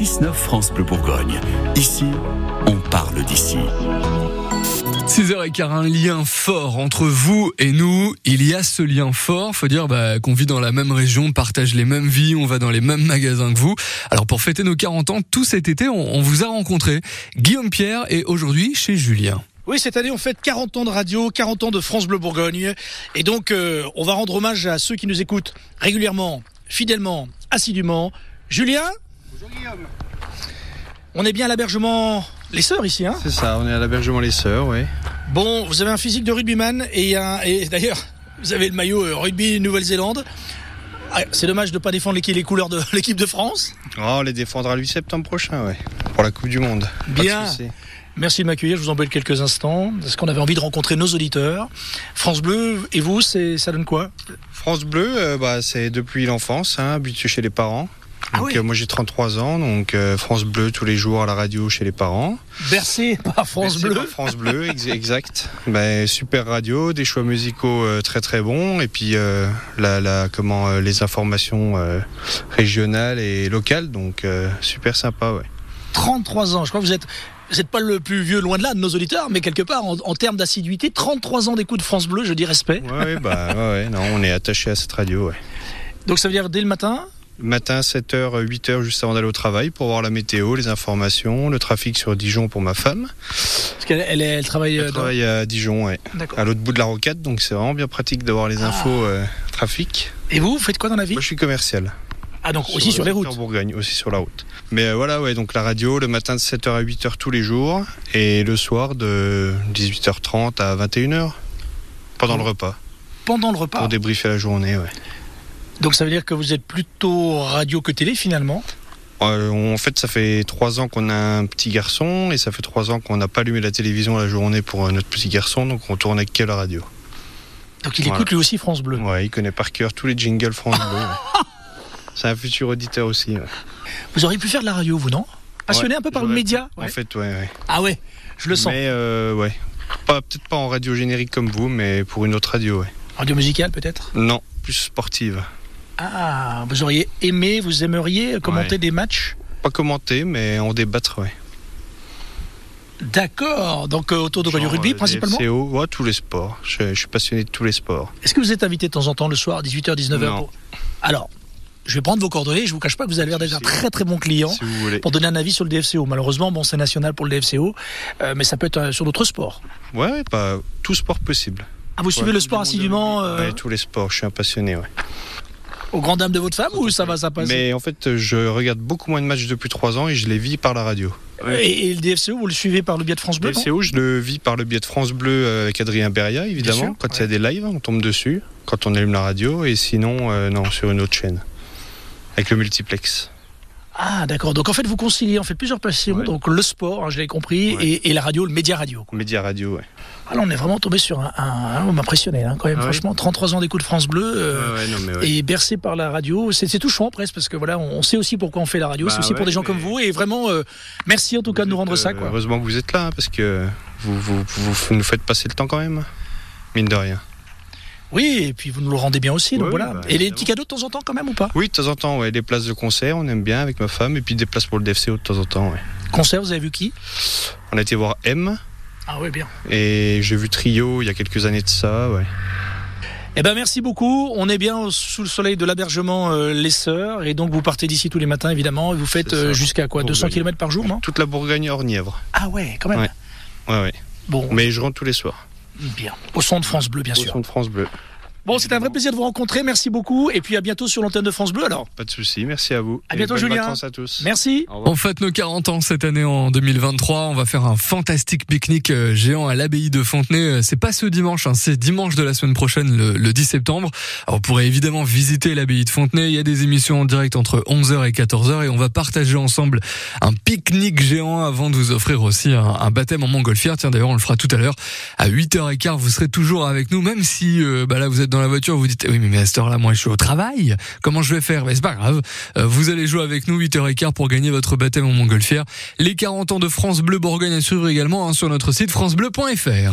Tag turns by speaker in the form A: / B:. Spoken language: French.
A: 6-9 France Bleu Bourgogne. Ici, on parle d'ici.
B: 6h15, un lien fort entre vous et nous. Il y a ce lien fort. Faut dire bah, qu'on vit dans la même région, on partage les mêmes vies, on va dans les mêmes magasins que vous. Alors pour fêter nos 40 ans, tout cet été, on, on vous a rencontré. Guillaume Pierre est aujourd'hui chez Julien.
C: Oui, cette année, on fête 40 ans de radio, 40 ans de France Bleu Bourgogne. Et donc, euh, on va rendre hommage à ceux qui nous écoutent régulièrement, fidèlement, assidûment. Julien
D: Bonjour Guillaume.
C: On est bien à l'hébergement Les Sœurs ici, hein
D: C'est ça, on est à l'hébergement Les Sœurs, oui.
C: Bon, vous avez un physique de rugbyman et, un- et d'ailleurs, vous avez le maillot euh, rugby Nouvelle-Zélande. Ah, C'est dommage de ne pas défendre les les couleurs de l'équipe de France.
D: Oh, on les défendra le 8 septembre prochain, ouais. Pour la Coupe du Monde. Pas de
C: Bien.
D: souci.
C: Merci de m'accueillir, je vous embête quelques instants, parce qu'on avait envie de rencontrer nos auditeurs. France Bleu, et vous, c'est, ça donne quoi
D: France Bleu, euh, bah, c'est depuis l'enfance, hein, habitué chez les parents.
C: Ah
D: Donc,
C: oui.
D: euh, moi j'ai 33 ans, donc euh, France Bleu tous les jours à la radio chez les parents.
C: Bercé par France
D: Mais c'est pas
C: Bleu.
D: France Bleu, ex- exact. Ben, super radio, des choix musicaux euh, très très bons, et puis euh, la, la- comment, euh, les informations euh, régionales et locales, donc euh, super sympa, ouais.
C: 33 ans, je crois que vous êtes, vous êtes pas le plus vieux loin de là de nos auditeurs, mais quelque part, en, en termes d'assiduité, 33 ans d'écoute de France Bleu, je dis respect.
D: Ouais, ouais, bah, ouais, ouais, non, on est attaché à cette radio, ouais.
C: Donc ça veut dire dès le matin
D: Matin 7h, 8h juste avant d'aller au travail pour voir la météo, les informations, le trafic sur Dijon pour ma femme.
C: Parce qu'elle elle, elle travaille... euh,
D: Elle
C: dans-
D: travaille Ah. à Dijon, ouais,
C: D'accord.
D: à l'autre bout de la rocade, donc c'est vraiment bien pratique d'avoir
C: Ah.
D: les infos euh, trafic.
C: Et vous, vous faites quoi dans la vie
D: Moi je suis commercial.
C: Ah donc, aussi sur les
D: secteur
C: routes.
D: Bourgogne, aussi sur la route. Mais euh, voilà, ouais, donc la radio le matin de 7h à 8h tous les jours et le soir de 18h30 à 21h pendant le repas
C: Pendant le
D: pour
C: repas.
D: débriefer la journée, ouais.
C: Donc ça veut dire que vous êtes plutôt radio que télé, finalement
D: Euh, en fait, ça fait trois ans qu'on a un petit garçon et ça fait trois ans qu'on n'a pas allumé la télévision la journée pour euh, notre petit garçon, donc on tourne avec que la radio.
C: donc il
D: Voilà.
C: écoute lui aussi France Bleu.
D: Ouais, il connaît par cœur tous les jingles France Bleu. ouais. C'est un futur auditeur aussi. ouais.
C: Vous auriez pu faire de la radio, vous, non Passionné
D: Ouais,
C: un peu par le
D: j'aurais-
C: média
D: En fait, ouais, ouais.
C: Ah ouais, je le sens.
D: Mais euh, ouais, pas peut-être pas en radio générique comme vous, mais pour une autre radio, ouais.
C: Radio musicale peut-être
D: Non, plus sportive.
C: Ah, vous auriez aimé, vous aimeriez commenter
D: Ouais.
C: des matchs
D: Pas commenter, mais en débattre, ouais.
C: D'accord, donc euh, autour de quoi, du
D: Genre,
C: rugby
D: euh, des
C: principalement
D: FCO, ouais, tous les sports. Je, je suis passionné de tous les sports.
C: Est-ce que vous êtes invité de temps en temps le soir, 18h, 19h
D: Non.
C: pour- Alors, je vais prendre vos coordonnées, je vous cache pas que vous avez l'air d'être un
D: Si.
C: très très bon client
D: Si vous voulez.
C: pour donner un avis sur le DFCO. Malheureusement, bon, c'est national pour le DFCO, euh, mais ça peut être euh, sur d'autres sports.
D: Ouais, bah, tout sport possible.
C: Ah, vous suivez
D: Ouais,
C: le
D: tout
C: sport
D: monde de
C: assidûment
D: rugby.
C: euh,
D: Ouais, tous les sports, je suis un passionné, ouais.
C: aux grandes dames de votre femme ou ça va, ça passe
D: Mais en fait, je regarde beaucoup moins de matchs depuis trois ans et je les vis par la radio.
C: et, et le DFCO, vous le suivez par le biais de France Bleu
D: Le
C: non
D: FCO, je le vis par le biais de France Bleu euh, avec Adrien Beria, évidemment.
C: sûr,
D: quand il y a des lives, on tombe dessus. Quand on allume la radio, et sinon, euh, non, sur une autre chaîne. Avec le multiplex.
C: Ah d'accord, donc en fait vous conciliez en fait plusieurs passions,
D: Ouais.
C: donc le sport, hein, je l'ai compris,
D: Ouais.
C: et, et la radio, le média radio.
D: Média radio, ouais.
C: Ah là on est vraiment tombé sur un, un, un homme impressionné hein, quand même,
D: Ah oui. Ah
C: franchement, 33 ans d'écoute France Bleu. euh,
D: Ouais, ouais, non, mais ouais.
C: Et bercé par la radio, c'est c'est touchant presque parce que voilà, on on sait aussi pourquoi on fait la radio,
D: Bah
C: c'est aussi pour
D: ouais,
C: des gens
D: mais-
C: comme vous. Et vraiment, euh, merci en tout cas de nous
D: Vous
C: rendre
D: êtes,
C: ça
D: euh,
C: quoi.
D: Heureusement que vous êtes là, hein, parce que vous, vous- vous nous faites passer le temps quand même. Mine de rien.
C: Oui, et puis vous nous le rendez bien aussi, donc
D: Ouais,
C: voilà.
D: bah,
C: et les
D: évidemment.
C: petits cadeaux de temps en temps quand même ou pas
D: Oui, de temps en temps, ouais, des places de concert, on aime bien avec ma femme, et puis des places pour le DFCO de temps en temps, ouais.
C: Concert, vous avez vu qui
D: On a été voir M,
C: Ah oui, bien.
D: et j'ai vu Trio il y a quelques années de ça, ouais.
C: Eh ben merci beaucoup. On est bien au- sous le soleil de l'hébergement euh, Les Sœurs, et donc vous partez d'ici tous les matins évidemment. Et vous faites
D: C'est ça.
C: euh, jusqu'à quoi 200
D: Bourgogne.
C: km par jour, non
D: Toute la Bourgogne hors Nièvre.
C: Ah ouais, quand même.
D: Ouais. Ouais, ouais.
C: Bon,
D: Mais je rentre tous les soirs.
C: bien. Au son de France Bleu, bien
D: Au
C: sûr.
D: son de France Bleu.
C: Bon, c'était un vrai plaisir de vous rencontrer. Merci beaucoup, et puis à bientôt sur l'antenne de France Bleu. Alors,
D: Pas de souci, merci à vous.
C: À
D: Et
C: bientôt,
D: bonnes
C: Julien.
D: vacances à tous.
C: merci.
D: Au revoir.
B: On fête nos 40 ans cette année en 2023. On va faire un fantastique pique-nique euh, géant à l'abbaye de Fontenay. Euh, C'est pas ce dimanche, hein, c'est dimanche de la semaine prochaine, le, le 10 septembre. Alors, vous pourrez évidemment visiter l'abbaye de Fontenay. Il y a des émissions en direct entre 11h et 14h et on va partager ensemble un pique-nique géant avant de vous offrir aussi un, un baptême en montgolfière. Tiens, d'ailleurs, on le fera tout à l'heure. À 8h15, vous serez toujours avec nous, même si euh, bah là, vous êtes dans la voiture, vous dites, oui, mais à cette heure-là, moi, je suis au travail. Comment je vais faire Mais c'est pas grave. Euh, Vous allez jouer avec nous 8h15 pour gagner votre baptême en montgolfière. Les 40 ans de France Bleu Bourgogne à suivre également hein, sur notre site francebleu.fr.